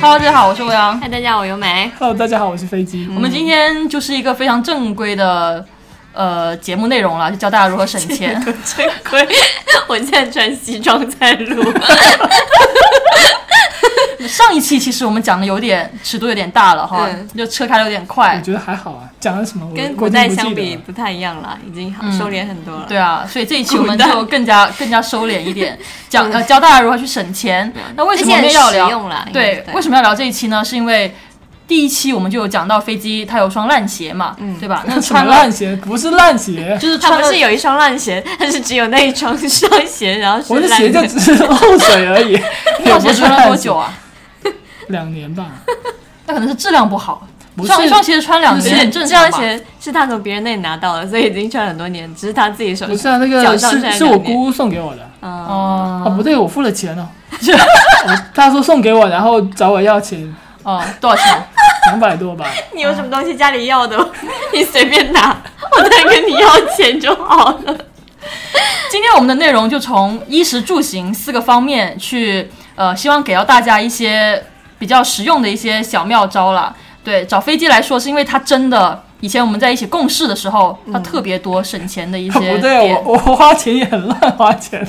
Hello，大家好，我是欧阳。嗨，大家好，我尤美。 Hello，大家好，我是飞机。我们今天就是一个非常正规的呃节目内容了，就教大家如何省 钱。真亏，我现在穿西装在录。上一期其实我们讲的有点尺度有点大了哈，嗯就车开的有点我快。觉得还好啊，讲了什么我跟我古已代经不相记比 得了。不太一样了，已经好嗯收敛很多了。对啊，所以这一期我们古代就更加更加收敛一点，讲呃教大家如何去省钱。那为什么我而们且很要实聊用啦？应对该，对为什么要聊这一期呢？是因为第一期我们就有讲到飞机它有双烂鞋嘛，对吧？那什么穿了烂鞋？不是烂鞋， 就是它穿不了是有一双烂鞋， 它是只有那一双上鞋，然后我是的烂鞋就只是漏水而已。也双 不鞋是穿了烂多鞋久？啊？两年吧。那可能是质量不好。不上一是双鞋穿两不年是很这正双常吧？鞋是他从别人那里拿到的，所以已经穿很多年，只是他自己手不是啊，那脚个上是晒是我两年姑送给我的。嗯， 哦，哦不对，我付了钱哦。我她说送给我，然后找我要钱， 哦，多少钱？两百多吧。你有什么东西家里要的， 你随便拿，我再跟你要钱就好了。今天我们的内容就从衣食住行四个方面去，呃，希望给到大家一些比较实用的一些小妙招啦。对，找飞机来说，是因为它真的，以前我们在一起共事的时候，它特别多省钱的一些嗯 不对，啊点，我我花钱也很乱花钱。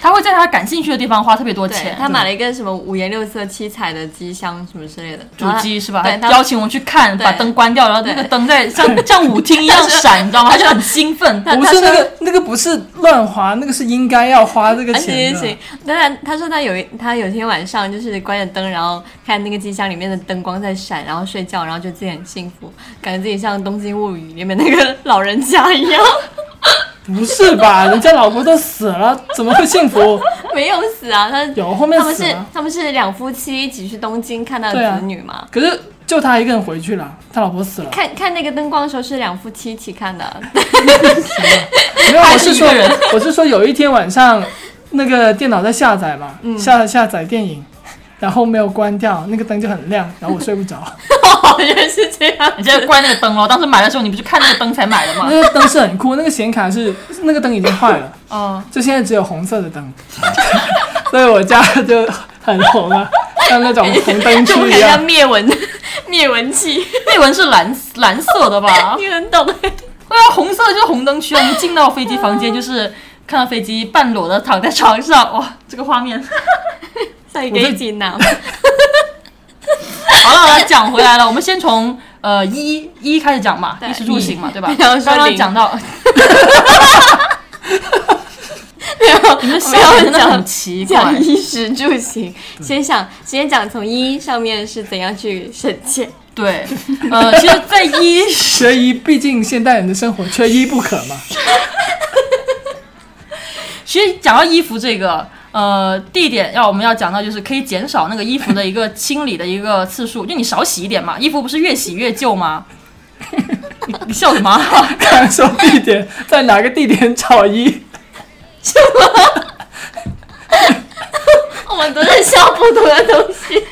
他会在他感兴趣的地方花特别多对钱。他买了一个什么五颜六色七彩的机箱什么之类的主机是吧？对，他他邀请我们去看，对把灯关掉，然后那个灯在像 像舞厅一样闪，你知道吗？他就很兴奋。不是那个那个不是乱花，那个是应该要花这个啊，行钱行的行。，当然，他说他有一他有一天晚上就是关着灯，然后看那个机箱里面的灯光在闪，然后睡觉，然后觉得自己很幸福，感觉自己像《东京物语》里面那个老人家一样，不是吧？人家老婆都死了，怎么会幸福？ 没有死啊，他有后面他们死是了。他们是两夫妻一起去东京看他对的啊子女嘛。可是就他一个人回去了，他老婆死了。看看那个灯光的时候是两夫妻一起看的，啊没有，还我是是一说个人，我是说有一天晚上，那个电脑在下载嘛，嗯下下载电影，然后没有关掉，那个灯就很亮，然后我睡不 着。哦， 原来是这样。你现在关那个灯咯，当时买的时候你不是看那个灯才买的吗 那？个灯是很酷，那个显卡是那个灯已经坏了，哦，就现在只有红色的灯， 所以我家就很红啊，像那种 红灯这种啊感区一觉样。灭蚊 灭蚊器，内文是蓝蓝色的 吧？你很懂。对啊，红色就是红灯区啊！你进到飞机房间就是看到飞机半裸的躺在床上，哇，这个画 面。再给一起拿。 好了好了，讲回来了，我们先从呃衣衣开始讲嘛，对衣食住行嘛，对 吧？然后说刚刚零讲 到，没有，你们没笑有点真的讲很奇怪讲。衣食住行，先想先讲从衣上面是怎样去省 钱。对，呃，其实，在衣 缺一，毕竟现代人的生活缺一不可嘛。 其实讲到衣服这个，呃，地点要我们要讲到就是可以减少那个衣服的一个清理的一个次数，就你少洗一点嘛，衣服不是越洗越旧吗？你你笑什么？看说地点，在哪个地点找一？我们都在笑不同的东西。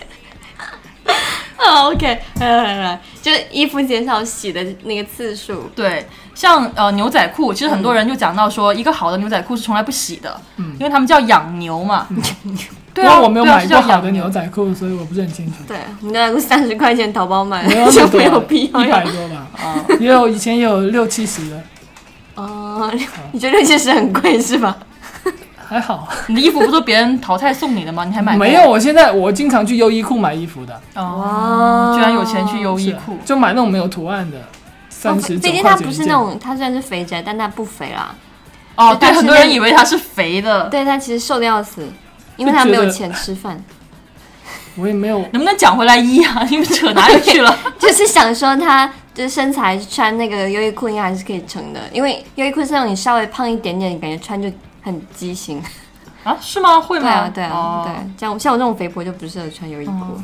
啊、o k 来来来来，就是衣服减少洗的那个次数，对，像呃牛仔裤，其实很多人就讲到说，一个好的牛仔裤是从来不洗的，因为他们叫养牛嘛。 对因啊，嗯为我没有对啊买是过叫好的养牛仔裤，所以我不是很清楚。对，我们那三十块钱淘宝买 没有那就么多，没有必要一百要。多吧，也有以前也有六七十的，哦，你觉得这些是很贵是吧？还好。你的衣服不是别人淘汰送你的吗？你还买过没有，？我现在我经常去优衣库买衣服的，哦，哦，居然有钱去优衣是库。就买那种没有图案的，三十九最近块哦它钱不一是件那。种，它虽然是肥宅，但它不肥啦。哦，就对，它是很多人那以为它是肥的。对，它其实瘦的要死，因为就它没觉有得钱吃饭。我也没有，能不能讲回来衣啊？你们扯哪里去 了？ 就是想说他就是身材穿那个优衣库应该还是可以撑的，因为优衣库是那种你稍微胖一点点，感觉穿就很畸形。 啊，是吗？会对吗？啊，对啊，哦对。，像像我这种肥婆就不适合穿优衣库。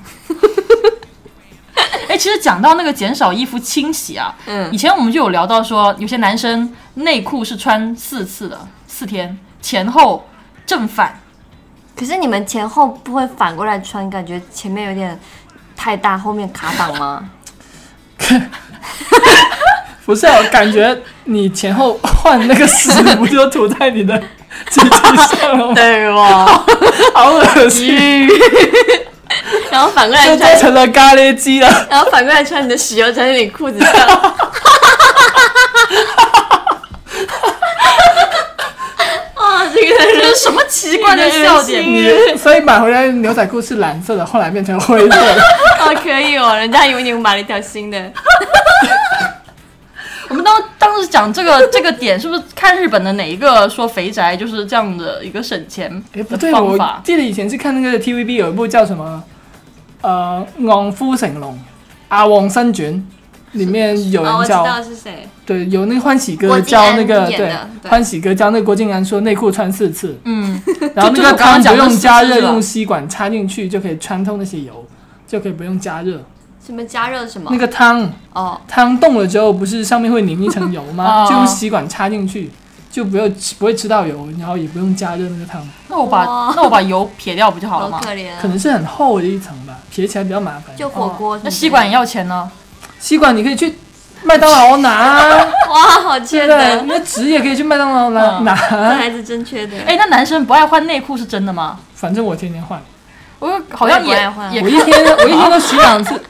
哎，其实讲到那个减少衣服清洗啊，嗯以前我们就有聊到说，有些男生内裤是穿四次的，四天前后正反，可是你们前后不会反过来穿，感觉前面有点太大，后面卡裆 吗？不是、啊，我感觉你前后换那个屎不就吐在你的 鸡鸡上了吗？对哦，好恶心！然后反过 来就做穿，成了咖喱鸡了。然后反过来穿你的石油穿在你裤子 上，啊，这个这人是什么奇怪的笑点？你所以买回来牛仔裤是蓝色的，后来变成灰色的。啊，可以哦，人家以为你们买了一条新 的，我们当当时讲这个 这个点，是不是看日本的哪一个说肥宅就是这样的一个省钱哎，不的对，方我法？记得以前是看那个 TVB 有一部叫什么，呃，《昂夫成龙》《阿王三卷》，里面有啊，我人知教，道是谁，对，有那个欢喜郭哥晋教安那个，演对的，对欢喜哥教那个郭晋安说内裤穿四 次，嗯，然后就就那个我刚刚汤讲不的用四加肢热，了用吸管插进去就可以穿透那些油，就可以不用加热。什么加热什么，那个汤哦，汤冻了之后，不是上面会凝一层油 吗？哦就用吸管插进去，就不用不会吃到油，然后也不用加热那个汤，那我把哇那我把油撇掉不就好了好吗？可怜可啊，能是哦很厚的一层吧，撇起来比较麻烦。就火锅什么的，那吸管也要钱呢？吸管你可以去麦当劳拿 啊，哇，好对缺不对？德，那纸也可以去麦当劳拿嗯这拿，孩子真缺德，哎，那男生不爱换内裤是真的吗？反正我天 天换。我好像我也不爱换也我一天我一天都洗两次，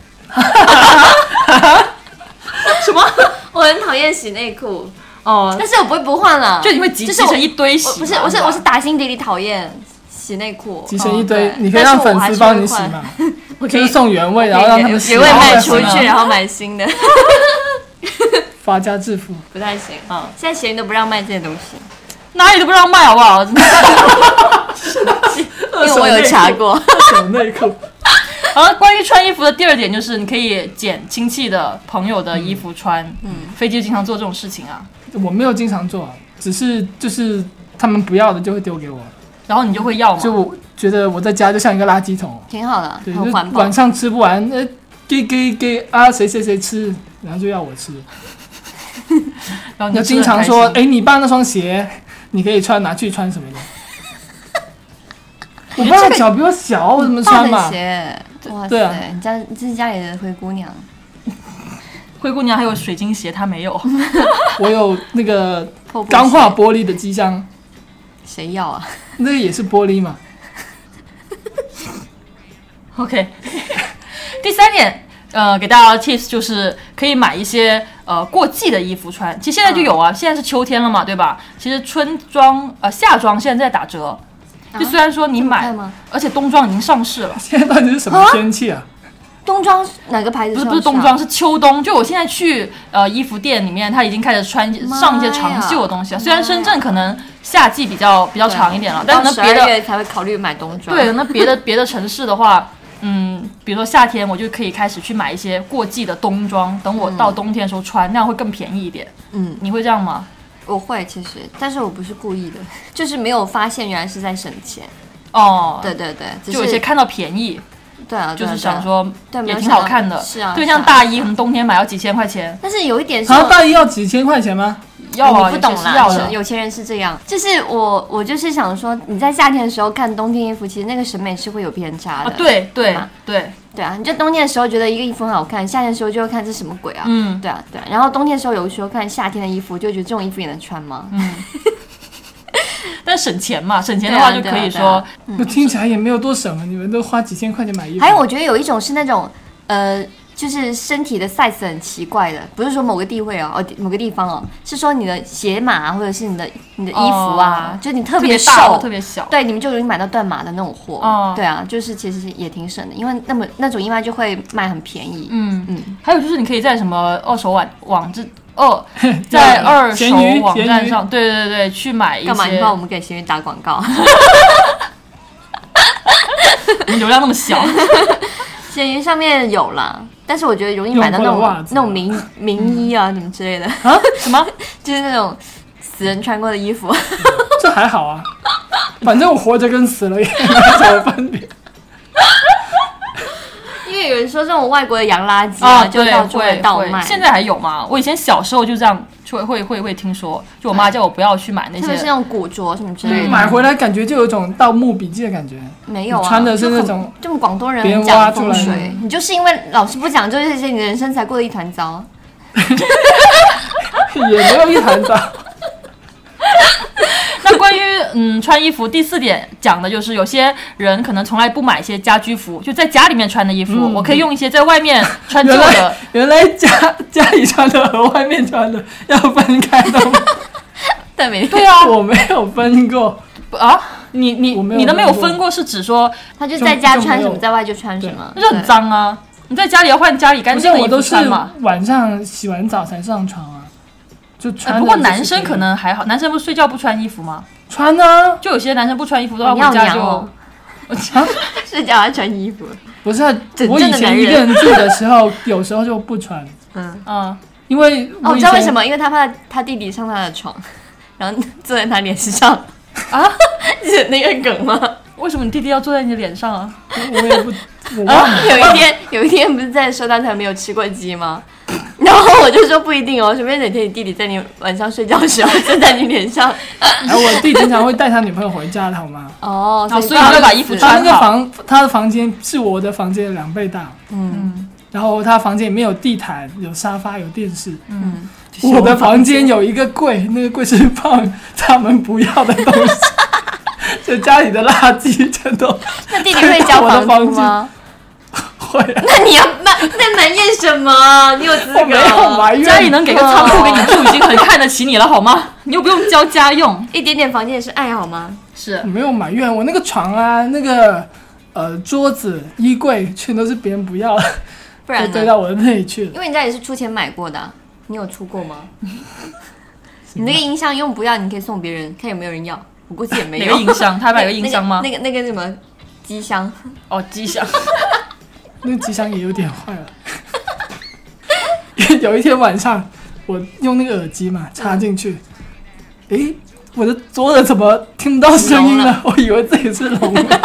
我很讨厌洗内裤， 哦，哎但是我不会不换了，就你会集集就是我成一堆洗我嘛，不是，我是我是打心底里讨厌洗内裤，集成一哦堆，对你可以让粉丝帮你洗嘛， 就是送原 味，然后让他们洗，原味味然后卖卖再出出去去，然后买新的， 发家致富。不太行啊。嗯啊，现在咸鱼都不让卖这些东 西， 哪里都不让卖好不好？ 因为我有查 过，手内裤，然后关于穿衣服的第二点就是，你可以捡亲戚的朋友的衣服穿。嗯，飞机经常做这种事情啊，我没有经常做，啊只是就是他们不要的就会丢给我，然后你就会要嘛。就我觉得我在家就像一个垃圾桶，挺好的，对，很就环保晚。上吃不完，呃，给给给啊，谁谁谁吃，然后就要我吃。然 后你就就经吃得很常开心说，哎，你爸那双鞋，你可以穿，拿去穿 什么的。我你爸这个脚比我小，我怎么穿大嘛的？鞋，哇对啊塞，你家这是家里的灰姑娘，灰姑娘还有水晶鞋，她没有。 我有那个破布鞋钢化玻璃的机箱，谁要啊？那个也是玻璃嘛。 OK，第三点，呃，给大家的 tips 就是可以买一些呃过季的衣服穿。其实现在就有嗯啊，现在是秋天了嘛，对吧？其实春装呃夏装现在在打折，就虽然说你买，啊这么快吗啊而且冬装已经上市了。现在到底是什么天气啊？冬装是哪个牌子不上是市啊？不是冬装，是秋冬。就我现在去呃衣服店里面，他已经开始穿妈呀上一些长袖的东西了。虽然深圳可能夏季比较比较对啊长一点了，啊但可十能别二的月才会考虑买冬装。对，那别的别的城市的话，嗯，比如说夏天我就可以开始去买一些过季的冬装，等我到冬天的时候穿，那样会更便宜一点。嗯，你会这样吗？我会其实，但是我不是故意的，就是没有发现原来是在省钱。哦，对对对，只就有些是看到便宜，对啊，对就啊是想。对啊说对没也有挺想好到看的，是啊对，是像啊大衣可能冬天买要几千块钱，但是有一点是啊然后我。大衣要几千块钱吗？要啊，你不懂有些啦，是要的是。有钱人是这样。就是我，我就是想说，你在夏天的时候看冬天衣服，其实那个审美是会有偏差啊的。，对对嘛对，对啊，你就冬天的时候觉得一个衣服很好看，夏天的时候就会看这什么鬼啊？嗯对啊，对啊。然后冬天的时候，有的时候看夏天的衣服，就觉得这种衣服也能穿吗？嗯但省钱嘛，省钱的话对就啊可以对啊说我听起来也没有多省啊，你们都花几千块钱买衣服。还有，我觉得有一种是那种，呃，就是身体的 size 很奇怪的，不是说某个地位哦，哦，某个地方哦，是说你的鞋码啊，或者是你的你的衣服啊，哦就你特特别别瘦，大或特别小，对，你们就容易买到断码的那种货。哦对啊，就是其实也挺省的，因为那么那种一般就会卖很便宜。嗯嗯，还有就是你可以在什么二手网网站 二在二手闲鱼网站闲鱼上，对对对，去买一干嘛？你些帮我们给闲鱼打广告？我们流量那么小，闲鱼上面有啦，但是我觉得容易买到那用过的袜种子那种名名衣啊什么之类的，什么？ 就是那种死人穿过的衣服。这还好啊，反正我活着跟死了也没什么 分别。因为有人说这种外国的洋垃圾啊，就对，到处会会倒卖，会，现在还有吗？我以前小时候就这样，就会会会会听说，就我妈叫我不要去买那特别是那些，种古着什么之嗯类的，买回来感觉就有一种《盗墓笔记》的感觉。没有啊，你穿的是就很那种这么广东人别人很讲挖出风来的水，你就是因为老师不讲究这些，你的人生才过得一团糟。也没有一团糟。那关于嗯穿衣服第四点讲的就是，有些人可能从来不买一些家居服，就在家里面穿的衣服，我可以用一些在外面穿旧嗯原的来。原来家家里穿的和外面穿的 要分开的吗，但没对啊，我没有分过。不啊，你你我没有你的没有用过分过是指说他就就在家就没穿什么，有在外就穿什么，那就很对。脏啊。你在家里要换家里干不是，净的我衣都服是啊穿嘛。晚上洗完澡才上床啊，就穿呃着就是可以、不过男生可能还好，男生不是睡觉不穿衣服吗？穿啊，就有些男生不穿衣服的话，你回要家娘就、哦，睡觉还穿衣服，不是啊、真我正以的男前人一个人住的时候， 有时候就不穿，嗯，嗯，因为哦，我我以知道为前什么，因为他怕他弟弟上他的床， 然后坐在他脸上啊， 记得那个梗吗？为什么你弟弟要坐在你脸上啊？我也不，我 忘了。有一天，有一天不是在说他才没有吃过鸡 吗？然后我就说不一定哦，随便哪天你弟弟在你晚上睡觉的时候站在你脸上，哎，我弟经常会带他女朋友回家的好吗？哦，啊所以不好你要把意衣服思他那个穿好房，他的房间是我的房间的两倍大，嗯然后他房间里面有地毯、有沙发、有电视。嗯，我的房间有一个柜，那个柜是放他们不要的 东西，就家里的垃圾全都那弟弟会交我的房租房间吗？会、啊。那你要埋那埋怨什么？你有资格？我没有埋 怨，家里能给个嗯仓库给你住，已经很看得起你了，好 吗？你又不用交家用，一点点房间也是爱好吗？是我没有埋怨，我那个床啊，那个呃桌子、衣柜全都是别人不要的，不然就堆呢？到我的那里去了。因为你家也是出钱买过的啊、你有出 过吗？你那个音箱用不要，你可以送别人，看有没有人要。我估计也没哪有个。音箱？他买个音箱吗？那个那个那个什么机箱，哦，机箱。那吉祥也有点坏了。 有一天晚上，我用那个耳机嘛插进去，诶，我的左耳怎么听不到声音嗯聋了？我以为自己是聋 了，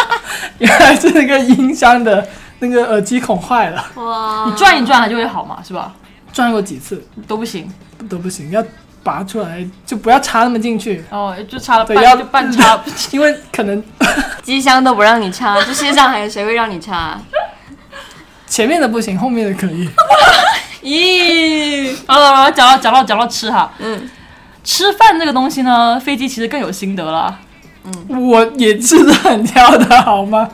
原来是那个音箱的那个耳机孔坏了。哇！你 转一转它就会好嘛，是吧？转过几次都不行都不行，要拔出来，就不要插那么进去，哦，就差了对，要嗯半就半差，因为可能 机箱都不让你插，这世界上还有谁会让你插？前面的不行，后面的可以。 咦，好了好了，讲到讲到讲到吃哈，嗯，吃饭这个东西呢，飞机其实更有心得了。我也吃的很挑的好吗？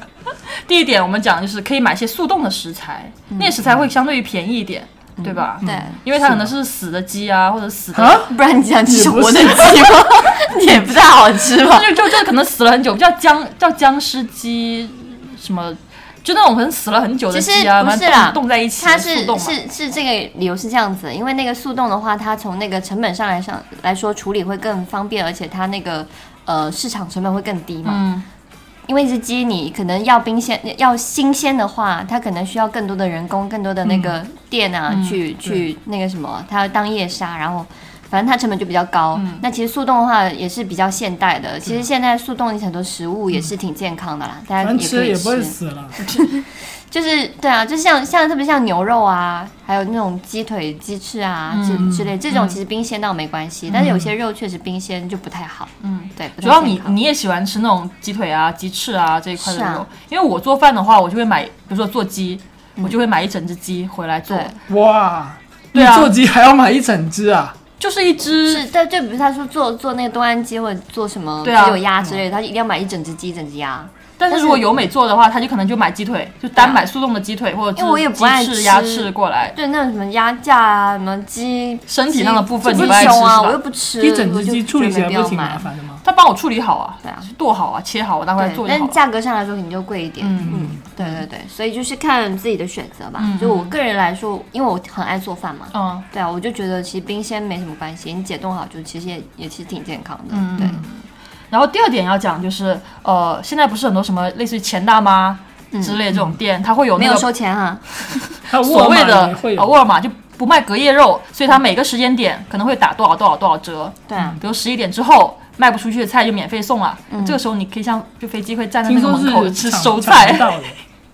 第一点我们讲就是可以买一些速冻的食材，那些食材会相对于便宜一点，对吧？嗯对，因为它可能是死的鸡啊，或者死嗯的啊，不然你想吃也不活是的鸡吗？也不太好 吃吧？就就就可能死了很久，叫僵叫僵尸鸡什么，就那种可能死了很久的其实鸡啊，不把是啦它冻冻在一起，它速是冻嘛。是是这个理由是这样子，因为那个速冻的话，它从那个成本上来上来说处理会更方便，而且它那个呃市场成本会更低嘛。嗯，因为一只鸡你可能要冰鲜要新鲜的话，它可能需要更多的人工、更多的那个嗯店啊，去去那个什么，它要当夜杀，然后反正它成本就比较高。嗯那其实速冻的话也是比较现代的，其实现在速冻很多食物也是挺健康的啦，大反家正也可以吃也不会吃。死了。就是对啊，就像像特别像牛肉啊，还有那种鸡腿、鸡翅啊之、嗯之类，这种其实冰鲜倒没关系，但是有些肉确实冰鲜就不太好。嗯，对，不主太要健你康你也喜欢吃那种鸡腿啊、鸡翅啊这一块的是啊肉，因为我做饭的话，我就会买，比如说做鸡，我就会买一整只鸡回来做，嗯对哇，对你啊做鸡还要买一整只啊？就是一只是，但就比如他说做做那个东安鸡或者做什么对啊只有鸭之类的，他一定要买一整只鸡、一整只鸭。但是但是啊如果由美做的话，他就可能就买鸡腿，就单买速冻的鸡腿或者因为我也是不爱鸡吃翅、鸭翅过来。对，那种什么鸭架啊，什么鸡身体上的部分鸡你不爱吃胸啊，是吧我又不吃，一整我只就鸡处理起来觉得没不是必挺要麻买。烦的吗？他帮我处理好啊，对啊，剁好啊，切好，我拿回来做就对，但好是了。价格上来说肯定就贵一点。嗯嗯，对对对，所以就是看自己的选择吧。就我个人来说，因为我很爱做饭嘛，嗯，对啊，我就觉得其实冰鲜没什么关系，你解冻好就其实也也其实挺健康的。嗯对，然后第二点要讲就是，呃，现在不是很多什么类似于钱大妈嗯之类的这种店，它会有没那有个收钱啊，还有所谓沃尔玛的也会呃有沃尔玛就不卖隔夜肉，所以它每个时间点可能会打多少多少多少折，对啊，比如十一点之后卖不出去的菜就免费送了。这个时候你可以像就飞机会站在嗯听那个说门口是吃抢收抢不菜，到的，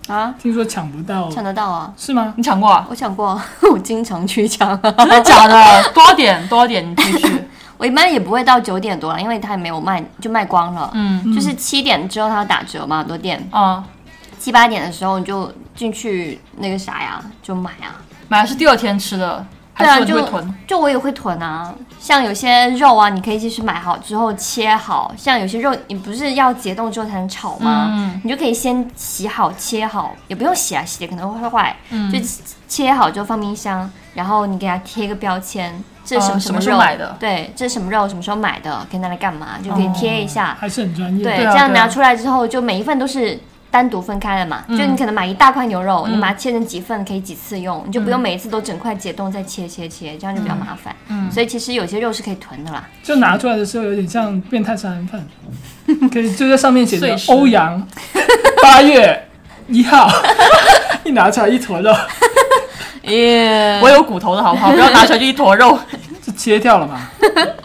嗯啊，听说抢不到抢得到啊。是吗？ 你抢过啊？我抢过， 我经常去抢，啊真的假的？多少点？多少点你出去？ 我一般也不会到九点多了，因为它也没有卖，就卖光了。嗯就是七点之后它要打折嘛，很多店。啊、七八点的时候你就进去那个啥呀，就买啊。买的是第二天吃的，还对啊是你会就囤？就我也会囤啊，像有些肉啊，你可以其实买好之后切好，像有些肉你不是要解冻之后才能炒吗？嗯你就可以先洗好切好，也不用洗啊，洗的可能会坏，嗯就切好之后放冰箱，然后你给它贴一个标签，这是什哦么么什么时肉、候买的哦对，这是什么肉，什么时候买的，可以拿来干嘛，就可以贴一下。哦还是很专业。对，对啊这样对啊拿出来之后，就每一份都是单独分开的嘛。就你可能买一大块牛肉，你把它切成几份，可以几次用，你就不用每一次都整块解冻再切切切，这样就比较麻烦。嗯所以其实有些肉是可以囤的啦。就拿出来的时候有点像变态杀人 犯，可以就在上面写着碎尸欧阳八月一号， 一拿出来一坨肉呃耶我有骨头的好不好？不要拿出来就一坨肉。就切掉了嘛。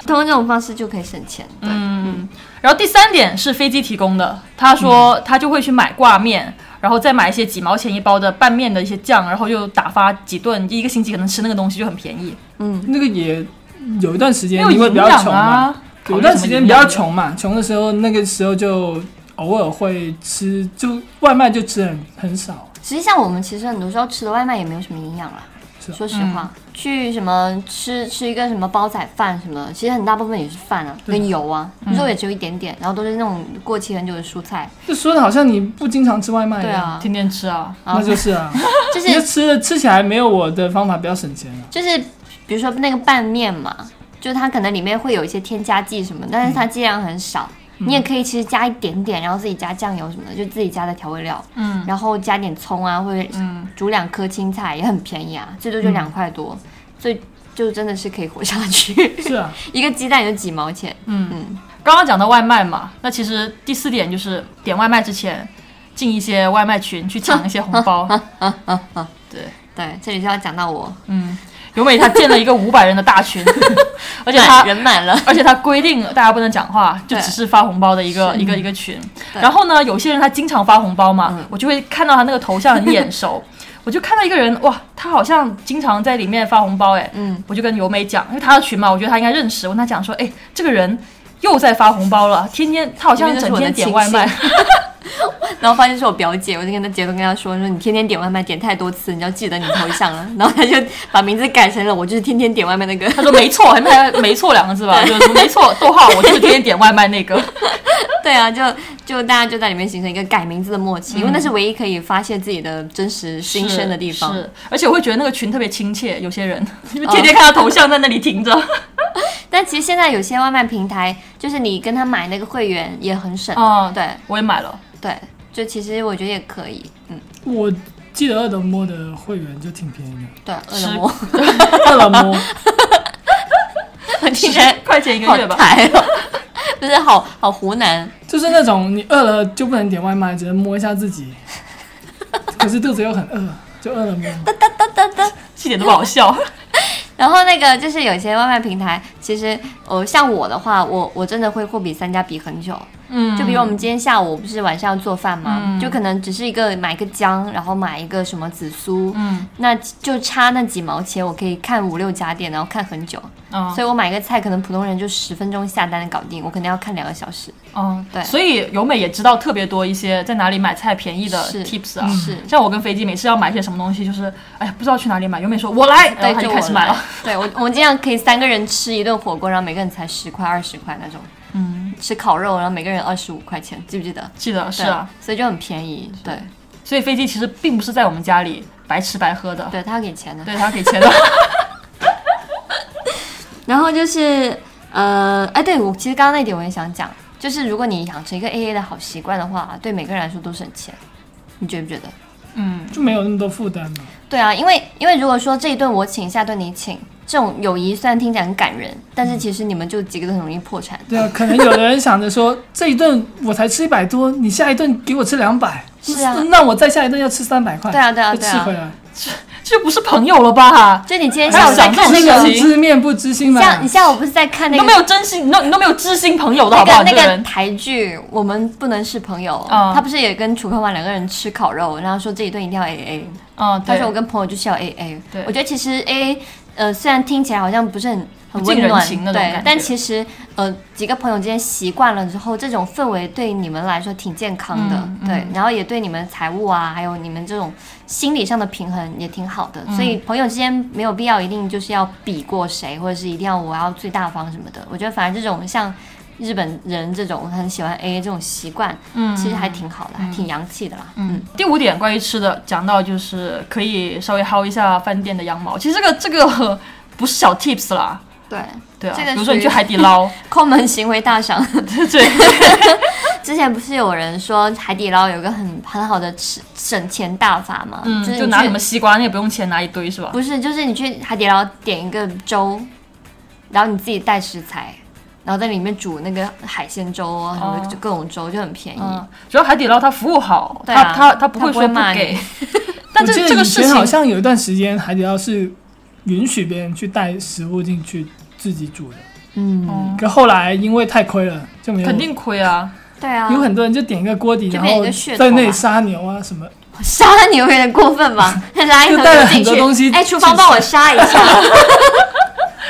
通过这种方式就可以省钱。对，然后第三点是飞机提供的，他说嗯他就会去买挂面，然后再买一些几毛钱一包的拌面的一些酱，然后就打发几顿，一个星期可能吃那个东西就很便宜，那个也有一段时间没有因为营比较养穷嘛，啊。有考虑什么一段时间营比养较的，穷嘛，穷的时候那个时候就偶尔会吃，就外卖就吃很很少。实际上我们其实很多时候吃的外卖也没有什么营养啦。是啊说实话，去什么吃吃一个什么煲仔饭什么的，其实很大部分也是饭啊，对啊跟油啊，肉也只有一点点，然后都是那种过期很久的蔬菜。就说的好像你不经常吃外卖一对样，啊，天天吃啊，然那后就 是啊，就是你就吃吃起来没有我的方法比较省钱啊。就是比如说那个拌面嘛，就它可能里面会有一些添加剂什么，嗯但是它剂量很少。你也可以其实加一点点，然后自己加酱油什么的，就自己加的调味料，嗯然后加点葱啊，或者嗯，煮两颗青菜也很便宜啊，最多就两块多，所以就真的是可以活下去。 是啊，一个鸡蛋也就几毛钱，嗯刚刚讲到外卖嘛，那其实第四点就是点外卖之前进一些外卖群去抢一些红 包。对，对，这里就要讲到我，尤美她建了一个五百人的大 群，而且她哎满人 满了，而且它规定大家不能讲话，就对只是发红包的一个一个一个群。对嗯然后呢，有些人他经常发红包嘛，我就会看到他那个头像很眼熟， 我就看到一个人，哇，他好像经常在里面发红包，哎，嗯，我就跟尤美讲，因为他的群嘛，我觉得他应该认识，我跟他讲说，哎，这个人。又在发红包了，天天他好像整天点外卖你，然后发现是我表姐，我就跟她姐都跟她说，说你天天点外卖点太多次，你要记得你头像了。然后她就把名字改成了我就是天天点外卖那个。他说没错，还没还没错两个字吧，就是说没错，逗号，我就是天天点外卖那 个。对啊，就就大家就在里面形成一个改名字的默契，因为那是唯一可以发泄自己的真实心声的地嗯方哦是。是，而且我会觉得那个群特别亲切，有些人因为天天看他头像在那里停着，但其实现在有些外卖平台，就是你跟他买那个会员也很省。哦对我也买了。对，就其实我觉得也可以。嗯，我记得饿了么的会员就挺便宜 的，对，啊饿了么，饿了么我听起来块钱一个 好月吧。台哦，不是好好湖南。就是那种你饿了就不能点外卖，只能摸一下自己，可是肚子又很饿，就饿了么。一点都不好 笑。然后那个就是有些外卖平台，其实呃，像我的话，我我真的会货比三家比很久。嗯就比如我们今天下午不是晚上要做饭嘛，嗯就可能只是一个买个姜，然后买一个什么紫苏，嗯那就差那几毛钱，我可以看五六家店，然后看很久。啊所以我买个菜，可能普通人就十分钟下单搞定，我可能要看两个小时。嗯，对所以由美也知道特别多一些在哪里买菜便宜的是嗯 tips 啊。是像我跟飞机每次要买些什么东西，就是哎呀不知道去哪里买，由美说我来，然对，后她就就我开始买来了。。对我，我们这样可以三个人吃一顿火锅，然后每个人才十块二十块那种。嗯，吃烤肉，然后每个人二十五块钱，记不记得？记得是对啊，，所以就很便宜。对，所以飞机其实并不是在我们家里白吃白喝的，对他要给钱的。对他给钱的。 然后就是呃，哎，对我其实刚刚那点我也想讲，就是如果你养成一个 AA 的好习惯的话，对每个人来说都省钱，你觉不觉得？嗯，就没有那么多负担嘛。对啊，因为因为如果说这一顿我请，下顿你请，这种友谊虽然听起来很感人，但是其实你们就几个都很容易破产。对啊，可能有的人想着说，这一顿我才吃一百多，你下一顿给我吃两百，是啊那我再下一顿要吃三百块，对啊对啊就吃回来。这就不是朋友了吧？就你今天还有下午在想看这那种个事，情知面不知心嘛。像你下午不是在看那你个都没有真心，你都你都没有知心朋友的那好不个好？那这个人台剧《我们不能是朋友》嗯他不是也跟楚科曼两个人吃烤肉，然后说这一顿一定要 A A。嗯，他说我对，跟朋友就是要 A A。对我觉得其实 A A 呃，虽然听起来好像不是很很不近温人暖，情那种感对觉，但其实呃，几个朋友之间习惯了之后，这种氛围对你们来说挺健康的，嗯对嗯，然后也对你们财务啊，还有你们这种心理上的平衡也挺好嗯的。所以朋友之间没有必要一定就是要比过谁，或者是一定要我要最大方什么的。我觉得反而这种像日本人这种很喜欢 AA 这种习惯，嗯其实还挺好的，还挺洋气的啦，嗯第五点关于吃的，讲到就是可以稍微薅一下饭店的羊毛。其实这个这个 不是小 tips 啦，对，对啊，这个比如说属于你去海底 捞，抠门行为大赏。对，之前不是有人说海底捞有个很很好的吃省钱大法吗？嗯，就是就你拿去什么西瓜，那也不用钱，拿一堆是吧？不是，就是你去海底捞点一个粥，然后你自己带食材，然后在里面煮那个海鲜粥啊，什么、哦就各种粥就很便宜。嗯，主要海底捞它服务好，对它啊它它不它会不说会不骂给 你，但我记这得这个以事前好情像有一段时间海底捞是允许别人去带食物进去自己煮的，嗯，可后来因为太亏了，就没有。肯定亏啊，对啊，有很多人就点一个锅底，就然变一后个噱头在那里嘛杀牛啊什么。杀你有点过分吧？ 拉一就盒带了牛进很多去，东西哎，厨房进去帮我杀一下，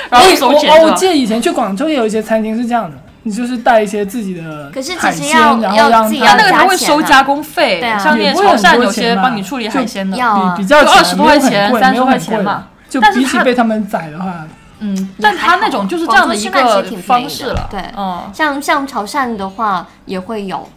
然后哎手我剪哦，是我吧记得以前去广州也有一些餐厅是这样的，你就是带一些自己的可是其实海鲜，要然要后让自己它它要那个加它会钱收啊加工费，对啊像那也些不会潮很汕多有钱啊些吧帮你处理就海鲜的，要啊比比较哦就起20来没有很多钱贵30没有多很钱贵嘛就但是比起它被他们宰的话，嗯， 但它那种就是这样的一广州个吃饭其实挺便宜方的式了，对嗯，像像潮汕的话也会有，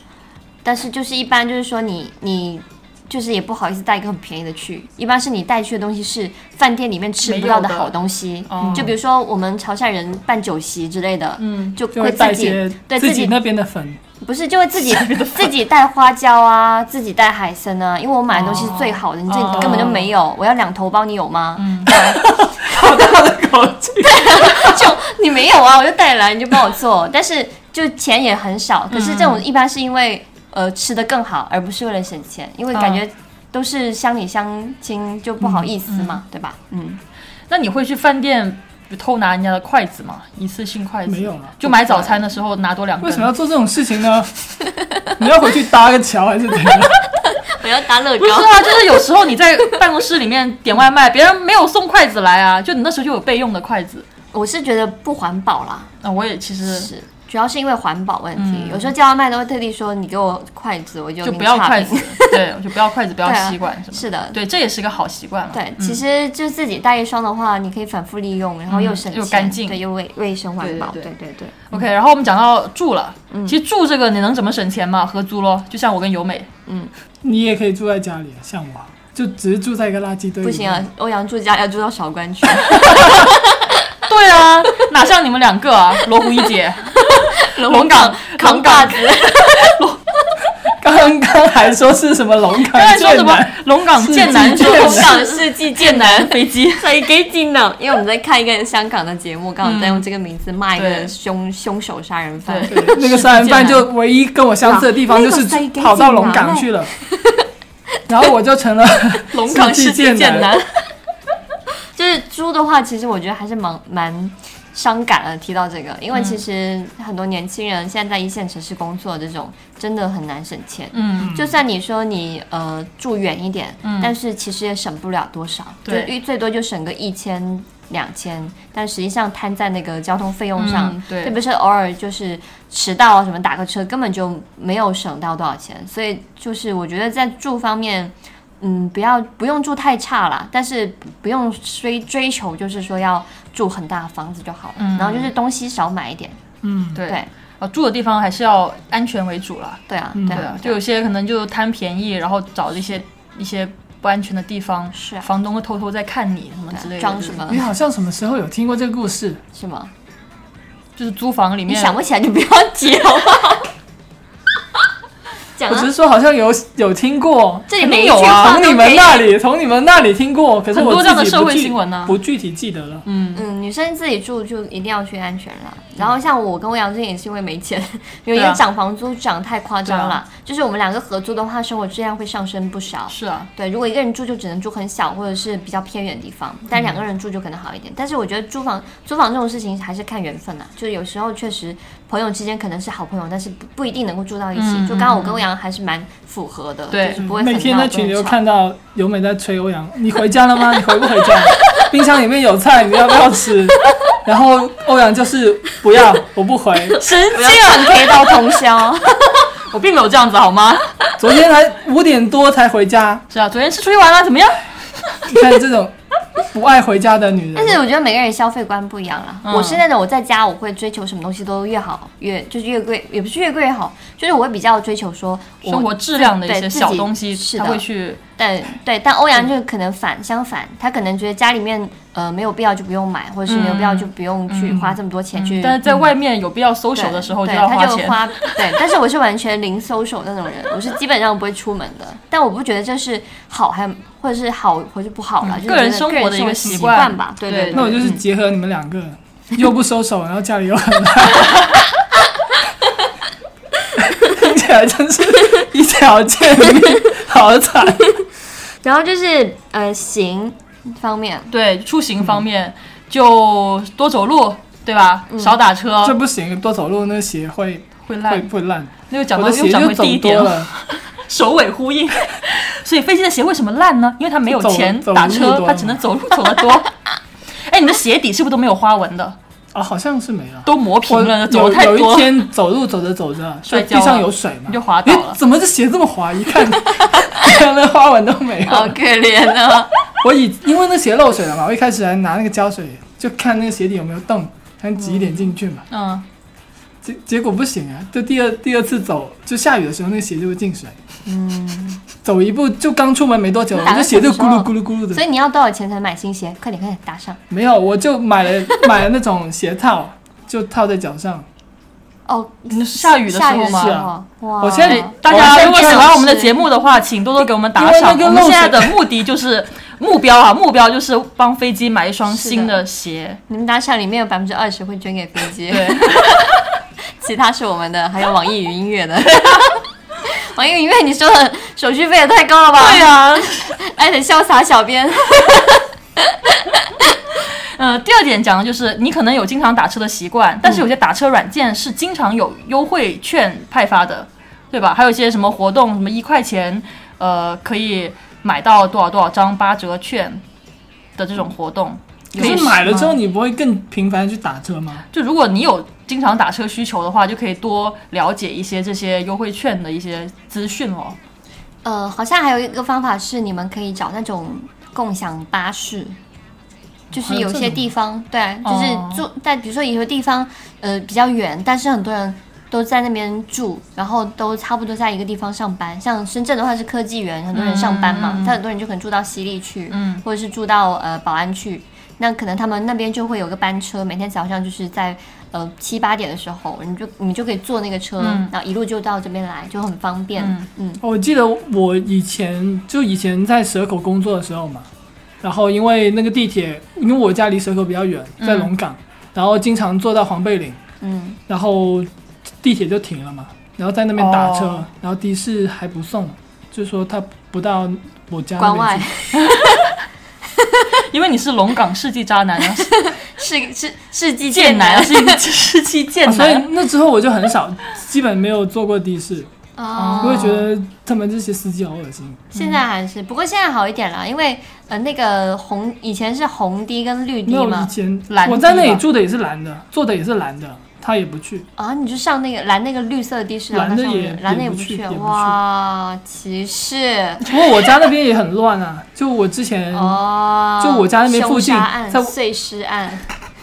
但是就是一般就是说你你就是也不好意思带一个很便宜的去，一般是你带去的东西是饭店里面吃不到的没有的好东西，哦就比如说我们潮汕人办酒席之类的，嗯就就会会带自一些己对自自己己那边的粉。不 是就会自己自己带花椒啊，自己带海参啊，因为我买的东西是最好的，你这哦里根本就没有，我要两头包，你有吗？ 好大的口气！就你没有啊，我就带来，你就帮我 做。但是就钱也很少，可是这种一般是因为呃吃的更好，而不是为了省钱，因为感觉都是乡里乡亲就不好意思嘛，对吧？嗯，那你会去饭店偷拿人家的筷子吗？一次性筷子没有啊就买早餐的时候拿多两根。为什么要做这种事情 呢？你要回去搭个桥还是怎样？ 我要打乐不是啊，就是有时候你在办公室里面点外卖，别人没有送筷子来啊，就你那时候就有备用的筷子。我是觉得不环保啦，啊，我也其实是。主要是因为环保问题，有时候叫外卖都会特地说你给我筷子，我嗯就就就不要筷子，对， 我就不要筷子，不要对啊吸管什么的。是的对，嗯这也是一个好习惯嘛。对，其实就自己带一双的话，你可以反复利用，然后又省嗯钱，又干净对，又卫卫生环保，对对对对对对对。 OK，然后我们讲到住了，其实住这个你能怎么省钱嘛？合租咯，就像我跟由美，你也可以住在家里，啊像我就只是住在一个垃圾嗯堆里。不行啊！，欧阳住家要住到韶 关去，对啊，哪像你们两个啊，罗湖一姐，龙岗扛把子，刚刚还说是什么龙 岗刚才说最什么难，龙岗哎剑南是说剑南龙岗世纪剑南飞 机，谁给技能？因为我们在看一个香港的节目，刚好在用这个名字骂一嗯对个凶凶手杀人犯。对那个杀人犯就唯一跟我相似的地方就是哇那个跑到龙岗去了，然后我就成了龙岗世纪剑南，就是猪的话，其实我觉得还是蛮蛮伤感的。提到这个，因为其实很多年轻人现在在一线城市工作，这种真的很难省钱。嗯，就算你说你呃住远一点，但是其实也省不了多少，对就最多就省个一千两千，但实际上摊在那个交通费用上，嗯对特别是偶尔就是迟到啊什么打个车，根本就没有省到多少钱，所以就是我觉得在住方面。嗯，不要不用住太差啦，但是不不用追追求，就是说要住很大的房子就好了。然后就是东西少买一点，嗯，对对啊，住的地方还是要安全为主啦。对啊，嗯对对啊，，啊就有些可能就贪便宜，然后找一些一些不安全的地方，是啊房东会偷偷在看你什么对啊之类的，装就是什么你好像什么时候有听过这个故事？是吗？就是租房里你面，想不起来就不要提好不好？讲我只啊是，说好像有有听过，这里肯定每一有句啊话从都你可们以那里，从你们那里听过，可是很多我这样的自己社不会具新闻啊不具体记得了。嗯，嗯，女生自己住就一定要去安全啦。然后像我跟欧阳最近也是因为没钱， 有啊因为涨房租涨太夸张对了，啊就是我们两个合租的话，生活质量会上升不少。是啊，对，如果一个人住就只能住很小或者是比较偏远的地方，嗯但两个人住就可能好一点。但是我觉得租房租房这种事情还是看缘分啦，就是有时候确实朋友之间可能是好朋友，但是不不一定能够住到一起。嗯就刚好我跟欧阳还是蛮符合的，对就是不会很那天闹在不会群里就吵 看到由美在催欧阳，你回家了吗？你回不回家？冰箱里面有菜，你要不要吃？ 然后欧阳就是不要，我不回。神不要经啊！唱 K 到通宵。我并没有这样子好吗？昨天还五点多才回家， 是啊，昨天是出去玩了，怎么样？你看这种不爱回家的女但人，是我觉得每个人消费观不一样啦。嗯我是那种我在家我会追求什么东西都越好越就是越贵，也不是越贵越好，就是我会比较追求说我生活质量的一些对自己小东西，是他的会去但对，但欧阳就是可能反相反，他可能觉得家里面呃没有必要就不用买，或者是没有必要就不用去花这么多钱去。嗯但是在外面有必要搜手对的时候对要花他就钱。花对，但是我是完全零搜手那种人，我是基本上不会出门的。但我不觉得这是好还或者是好或者是不好啦，就是嗯个人觉得生活的一个习习惯惯吧。对对对，那我就是嗯结合你们两个，又不收手，然后家里又很乱，听起来真是一条贱命，好 惨。然后就是呃行方面，对出行嗯方面，就多走路，对吧？少打车这不行，多走路那鞋会会会烂。会烂，那又讲我到的又鞋讲就回走第一多点，了，首尾呼应。 所以飞机的鞋为什么烂呢？因为它没有走钱走打路车，多它嘛只能走路走得 多。哎，你的鞋底是不是都没有花纹的？啊，好像是没了。都磨平我了，走有得太有一多。天走路走着走着，摔跤就了地上有水嘛，你就滑倒了诶怎么这鞋这么滑？一看， 看那花纹都没有。好可怜啊！我以因为那鞋漏水了嘛，我一开始还拿那个胶水就看那个鞋底有没有洞，想挤一点进去嘛。嗯，结结果不行啊，就第二第二次走，就下雨的时候，那个鞋就会进水。嗯，走一步就刚出门没多久，我打这个鞋就手咕噜手咕噜咕噜所的。以你要多少钱才买新鞋？快点快点打上。没有，我就买 了买了那种鞋套，就套在脚上。哦，你是下雨的时下雨候的时吗？是候啊，哇！我现在哎大家如果喜欢我们的节目的话，请多多给我们打赏。哦因为那个我们现在漏水的目的就是目标啊，目标就是帮飞机买一双新的鞋。你们打赏里面有百分之二十会捐给飞机，对， 其他是我们的，还有网易云音 乐的。网易云音乐，你说的手续费也太高了吧？对啊。哎，得潇洒小编。呃，第二点讲的就是你可能有经常打车的习嗯惯，但是有些打车软件是经常有优惠券派发的，对吧？还有一些什么活动，什么一块钱，呃，可以买到多少多少张八折券的这种活动。可是买了之后，你不会更频繁地去打车吗？就如果你有经常打车需求的话，就可以多了解一些这些优惠券的一些资讯哦。呃，好像还有一个方法是，你们可以找那种共享巴士，就是还有有这些种地方，对，啊哦就是住在比如说有些地方，呃，比较远，但是很多人都在那边住，然后都差不多在一个地方上班。像深圳的话是科技园，很多人上班嘛，他很多人就可能住到西丽去，嗯或者是住到呃宝安去。那可能他们那边就会有个班车，每天早上就是在呃七八点的时候，你就你就可以坐那个车，嗯然后一路就到这边来，就很方便。嗯嗯哦我记得我以前就以前在蛇口工作的时候嘛，然后因为那个地铁，因为我家离蛇口比较远，在龙岗，嗯然后经常坐到黄贝岭，嗯然后地铁就停了嘛，然后在那边打车，哦然后的士还不送，就说他不到我家关那边外去，因为你是龙岗世纪渣男啊，是是世纪贱贱男啊，哦男世纪世纪啊贱所以男。那之后我就很少，基本没有坐过的士，哦因为觉得他们这些司机好恶心。现在还是，不过现在好一点了，因为呃那个红以前是红的跟绿没的有以嘛，前蓝的我在那里吧住的也是蓝的，坐的也是蓝的，他也不去。啊你就上那个蓝那个绿色的的士，然后蓝的他上也面蓝的也不不去也不去哇歧视不过我家那边也很乱啊，就我之前，哦，嗯就我家那边附近凶杀案在碎尸 案，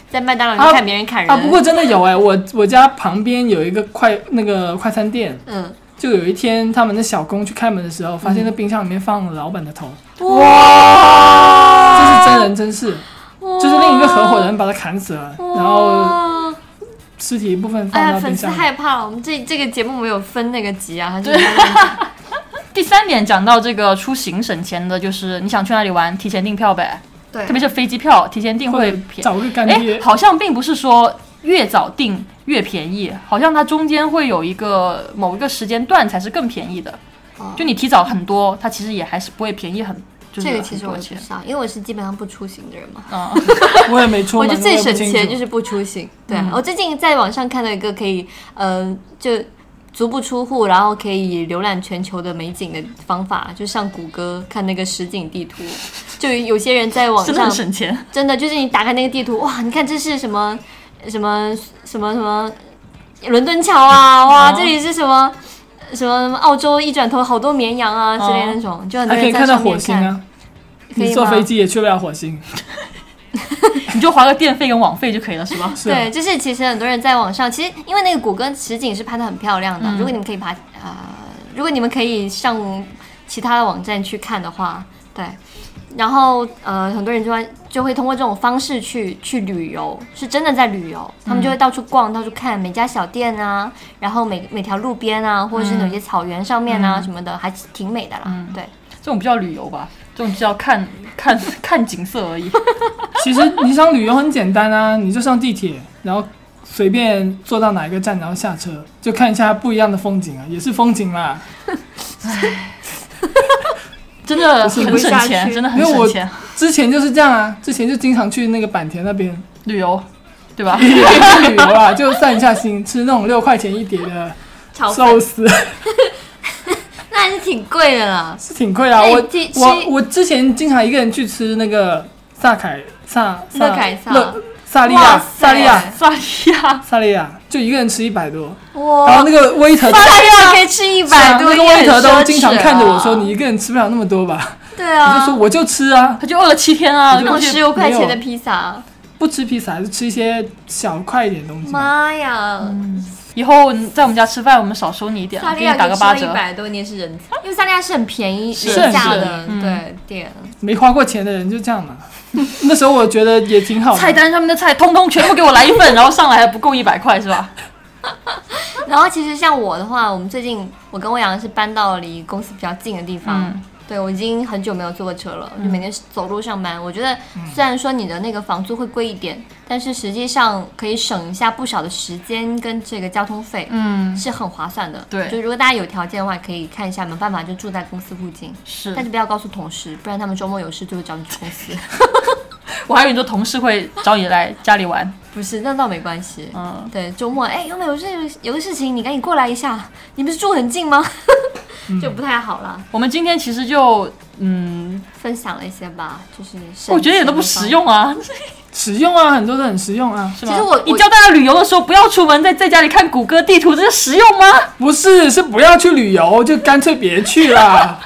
在麦当劳啊就看别人砍人啊，不过真的有哎、我我家旁边有一个快那个快餐店，嗯就有一天他们的小工去开门的时候，发现那冰箱里面放了老板的头，哇，这是真人真事，就是另一个合伙人把他砍死了，然后哇尸体一部分哎放呀到粉冰丝箱里。害怕了，我们这这个节目没有分那个级啊，还是第三点讲到这个出行省钱的，就是你想去哪里玩，提前订票呗，对特别是飞机票，提前订或会者便找个干哎，爹，好像并不是说越早订越便宜，好像它中间会有一个某一个时间段才是更便宜的。哦就你提早很多，它其实也还是不会便宜很，就是这个其实我很多也不钱知道，因为我是基本上不出行的人嘛。啊。我也没出哎我觉门，得最省钱就是是不出行。对、啊我最近在网上看到一个可以，嗯、就足不出户，然后可以浏览全球的美景的方法，就上谷歌看那个实景地图。就有些人在网真的上很省钱。真的就是你打开那个地图，哇，你看这是什么什么什么什么伦敦桥啊，哇，哦这里是什么什么澳洲，一转头好多绵羊啊之类的哦那种，就很多还可以人在看到上火面星看，啊！可你以坐吗飞机也去不了火星，你就花个电费跟网费就可以了，是 吧？是啊对，就是其实很多人在网上，其实因为那个谷歌实景是拍的很漂亮的，嗯如果你们可以爬啊、如果你们可以上其他的网站去看的话，对。然后呃，很多人就会就会通过这种方式去去旅游，是真的在旅游，他们就会到处逛，到处看每家小店啊，嗯然后每每条路边啊，或者是有些草原上面啊、嗯什么的，还挺美的啦。嗯对，这种不叫旅游吧，这种叫看看看景色而已。其实你想旅游很简单啊，你就上地铁，然后随便坐到哪一个站，然后下车，就看一下不一样的风景啊，也是风景啦。真的是很省钱，真的很因为我省钱，之前就是这样啊，之前就经常去那个坂田那边 旅游，对吧？去旅游啦，就散一下心，吃那种六块钱一碟的炒寿饭司，那还是挺贵的啦。 是挺贵啊。那你我去吃我我之前经常一个人去吃那个萨凯萨萨乐凯萨乐萨利哇亚塞萨利亚 萨利亚，萨利亚，就一个人吃一百多，然后哇，那个 waiter 大家可以吃一是啊百多，那个也很 waiter 奢都经常侈看着我啊说：“你一个人吃不了那么多吧？”对我啊，就说：“我就吃啊，他就饿了七天啊，那过种去十五块钱没的有披萨，不吃披萨，还是吃一些小块一点的东西。”妈呀！以后你在我们家吃饭，我们少收你一点啊，萨嗯给利亚你打个八一折。百多，你也是人才，因为萨利亚是很便宜是廉价的是嗯对店，没花过钱的人就这样嘛。 那时候我觉得也挺好菜的，单上面的菜，通通全部给我来一份，然后上来还不够一百块是吧？嗯然后其实像我的话，我们最近我跟欧阳是搬到离公司比较近的地方。嗯对，我已经很久没有坐过车了，就每天走路上班。我觉得嗯虽然说你的那个房租会贵一点，但是实际上可以省一下不少的时间跟这个交通费，嗯，是很划算的。对就如果大家有条件的话，可以看一下，有没有办法就住在公司附近。是但。是不要告诉同事，不然他们周末有事就会找你去公司。 我还以为你说同事会找你来家里玩，不是，那倒没关系。嗯，对，周末哎，有没有事有个事情，你赶紧过来一下。你不是住很近吗？嗯 就不太好了。我们今天其实就，嗯，分享了一些吧，就是我觉得一点都不实。用啊，实用啊，很多都很实用啊。是吧其实我你教大家旅游的时候不要出门，在在家里看谷歌地图，这是实用吗？不是，是不要去旅游，就干脆别 去啦，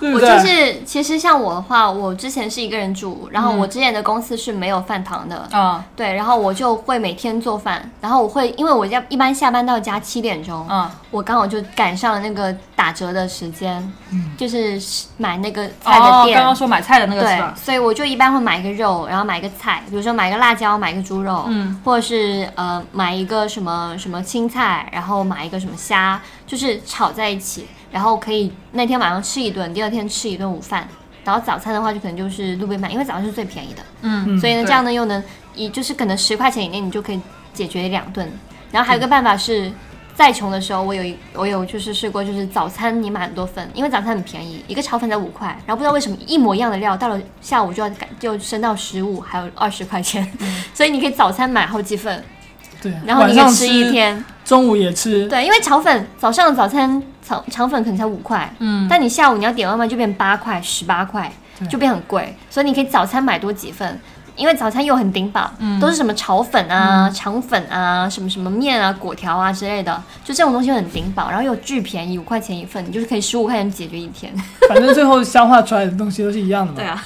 对不我对？就是，其实像我的话，我之前是一个人住，然后嗯我之前的公司是没有饭堂的，啊对，然后我就会每天做饭，然后我会，因为我家一般下班到家七点钟，啊，我刚好就赶上了那个打折的时间，就是买那个菜的嗯哦，店，刚刚说买菜的那个是对吧，？所以我就一般会买一个肉，然后买一个菜，比如说买一个辣椒，买一个猪肉，嗯，或者是呃买一个什么什么青菜，然后买一个什么虾，就是炒在一起，然后可以那天晚上吃一顿，第二天吃一顿午饭。然后早餐的话，就可能就是路边买，因为早餐是最便宜的，嗯，嗯所以呢，对这样呢又能以就是可能十块钱以内你就可以解决两顿。然后还有一个办法是，再穷的时候，我有一我有就是试过，就是早餐你买很多份，因为早餐很便宜，一个炒粉才五块，然后不知道为什么一模一样的料，到了下午就要改就升到十五还有二十块钱， 所以你可以早餐买好几份，对，然后嗯晚你可上以吃一，天。中午也吃，对，因为炒粉早上的早餐炒肠粉可能才五块，嗯，但你下午你要点外卖就变八块、十八块对，就变很贵，所以你可以早餐买多几份，因为早餐又很顶饱，都是什么炒粉啊、肠粉啊、什么什么面啊、果条啊之类的，就这种东西很顶饱，然后又巨便宜，五块钱一份，你就是可以十五块钱解决一天。反正最后消化出来的东西都是一样的嘛。啊，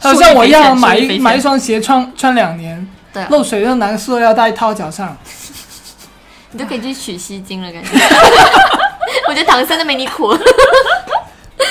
还有像我一样买受益匪一浅买一双鞋穿穿两年， 对啊，漏水就拿个塑料袋套脚上，你都可以去取西经了，感 觉。我觉得唐僧都没你苦。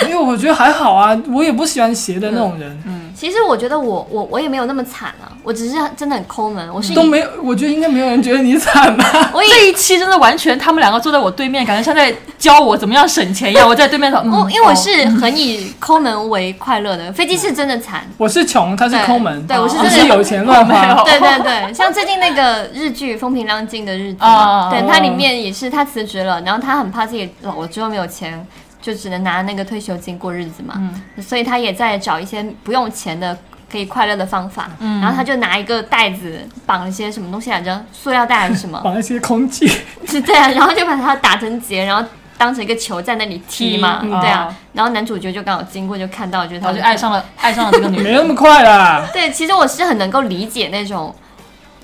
因为我觉得还好啊，我也不喜欢鞋的那种人， 其实我觉得我我我也没有那么惨啊，我只是真的很抠门，我是都以没有，我觉得应该没有人觉得你惨吧？我以这一期真的完全，他们两个坐在我对面，感觉像在教我怎么样省钱一样。我在对面说，嗯我因为我哦是很以抠门为快乐的，飞机是真的惨。我是穷，他是对抠门，对我是你真是的有钱乱没有花，对对对，像最近那个日剧《风平浪静的日子》啊嘛，对哦它里面也是他辞职了，然后他很怕自己老了之后没有钱，嗯就只能拿那个退休金过日子嘛，所以他也在找一些不用钱的可以快乐的方法。嗯，然后他就拿一个袋子绑了些什么东西来着，塑料袋还是什啊么？绑一些空气， 是 对啊，然后就把它打成结，然后当成一个球在那里踢嘛，踢嗯对啊哦。然后男主角就刚好经过，就看到，觉得然他后就爱上了爱上了这个 女没人。那么快啦。 对，其实我是很能够理解那种，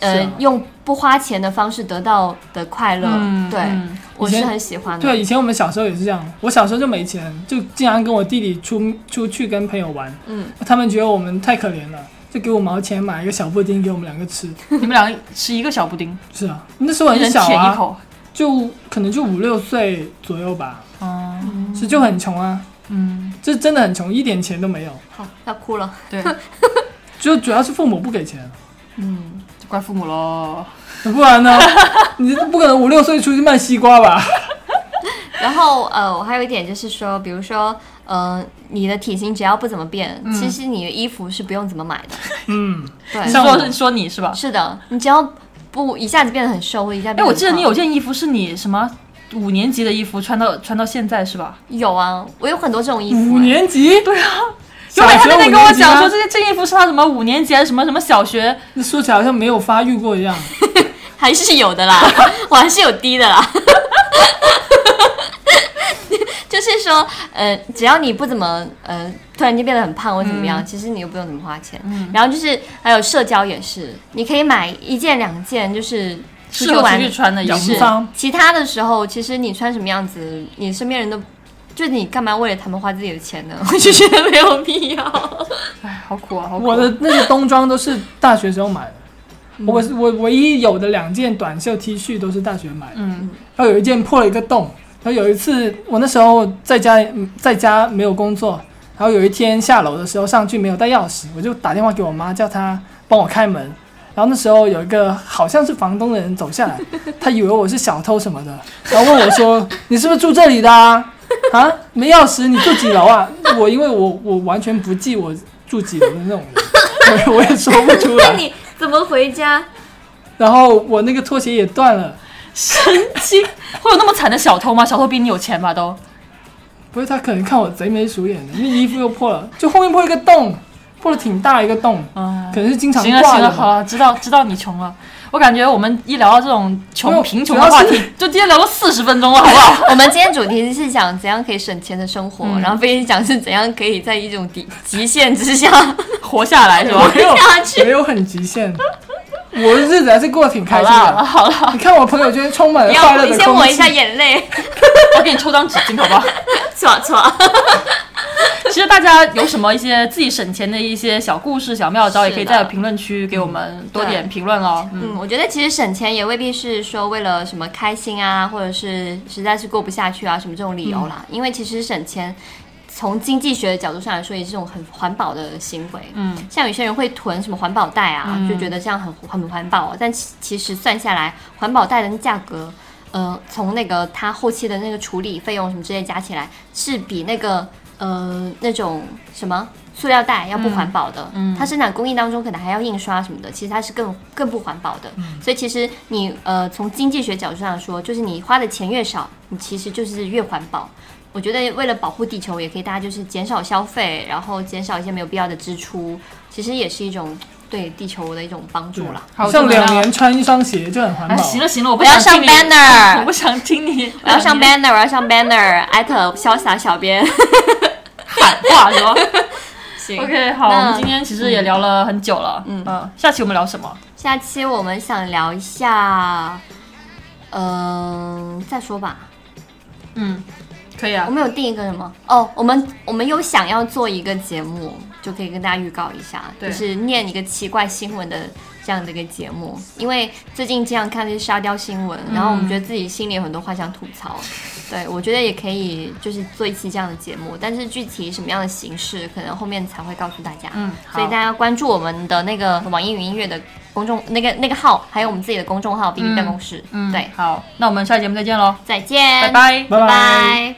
是呃，啊用不花钱的方式得到的快乐，对、嗯我是很喜欢的。对，以前我们小时候也是这样，我小时候就没钱，就经常跟我弟弟出出去跟朋友玩，嗯，他们觉得我们太可怜了，就给我毛钱买一个小布丁给我们两个吃。你们两个吃一个小布丁，是啊，那时候一很人 小舔一啊，口。就可能就五六岁左右吧，哦，是就很穷啊，嗯，就真的很穷，一点钱都没有，好，要哭了。 对，就主要是父母不给钱，嗯，就怪父母喽。不然 呢，你不可能五六岁出去卖西瓜吧？然后呃，我还有一点就是说，比如说，呃，你的体型只要不怎么变，其实你的衣服是不用怎么买的。嗯，嗯你对，像说我说你是吧？是的，你只要不一下子变得很瘦，或者一哎，下子变得很我记得你胖有件衣服是你什么五年级的衣服，穿到穿到现在是吧？有啊，我有很多这种衣服、五哎年级，对啊，有小每学他那天五跟我年级讲啊说这，件这件衣服是他什么五年级还是什么什么小学，那说起来好像没有发育过一样。还是有的啦， 我还是有低的啦。 就是说，呃，只要你不怎么呃，突然间变得很胖或怎么嗯样，其实你又不用怎么花钱。然后就是还有社交也是，你可以买一件两件，就是出去适合出玩去穿的衣洋服是装其他的时候，其实你穿什么样子，你身边人都。就你干嘛为了他们花自己的钱呢？ 我就觉得没有必要。哎，好苦啊，好苦啊。我的那个冬装都是大学时候买的，嗯我我唯一有的两件短袖 T 恤都是大学买的，嗯然后有一件破了一个洞，然后有一次我那时候在家嗯在家没有工作，然后有一天下楼的时候上去没有带钥匙，我就打电话给我妈叫她帮我开门，然后那时候有一个好像是房东的人走下来， 他以为我是小偷什么的，然后问我说：“你是不是住这里的啊？啊，没钥匙，你住几楼啊？”我因为我我完全不记我住几楼的那种人， 我我也说不出那 来。你怎么回家？然后我那个拖鞋也断了，神经， 会有那么惨的小偷吗？小偷比你有钱吧都？不是他可能看我贼眉鼠眼的，那衣服又破了，就后面破一个洞，破了挺大一个洞，嗯，可能是经常行了挂行的了，吧好了，知道知道你穷了。我感觉我们一聊到这种没穷有贫主穷的要话是题，就今天聊了四十分钟了，好不好？ 我们今天主题是讲怎样可以省钱的生活，嗯然后飞机讲是怎样可以在一种极极限之 下活下来是吧？没有下去没有很极限，我的日子还是过得挺开好心了好了的。好了，你看我朋友圈充满了快要乐你的先空抹一气下。眼泪， 我给你抽张纸巾好不好？唰唰。其实大家有什么一些自己省钱的一些小故事、小妙招，也可以是的在评论区给我们多点评论哦。嗯，嗯， 我觉得其实省钱也未必是说为了什么开心啊，或者是实在是过不下去啊什么这种理由啦，嗯因为其实省钱。从经济学的角度上来说，也是一种很环保的行为。嗯，像有些人会囤什么环保袋啊，嗯就觉得这样很很环保，啊但其其实算下来，环保袋的价格，呃，从那个它后期的那个处理费用什么之类加起来，是比那个呃那种什么塑料袋要不环保的。嗯，它生产工艺当中可能还要印刷什么的，其实它是更更不环保的。所以其实你呃从经济学角度上说，就是你花的钱越少，你其实就是越环保。我觉得为了保护地球，也可以大家就是减少消费，然后减少一些没有必要的支出，其实也是一种对地球的一种帮助啦。好像正能两量年穿一双鞋就很环啊哎，保。行了行了，我不我要想听上你， banner， 我不想听你，我要上 banner，我要上 banner，艾特潇洒小编。 喊话是吧行？OK，好，我那们今天其实也聊了很久了。嗯嗯，下期我们聊什么？下期我们想聊一下，嗯、再说吧。嗯，可以啊我。们有定一个什么？哦，我们我们有想要做一个节目，就可以跟大家预告一下，对就是念一个奇怪新闻的这样的一个节目。因为最近经常看这些沙雕新闻，然后我们觉得自己心里有很多话想吐槽。对，我觉得也可以，就是做一期这样的节目，但是具体什么样的形式，可能后面才会告诉大家。嗯，所以大好，家要关注我们的那个网易云音乐的公众那个那个号，还有我们自己的公众号“哔哔办公室”。嗯，对，好，那我们下期节目再见喽，再见，拜拜。拜拜。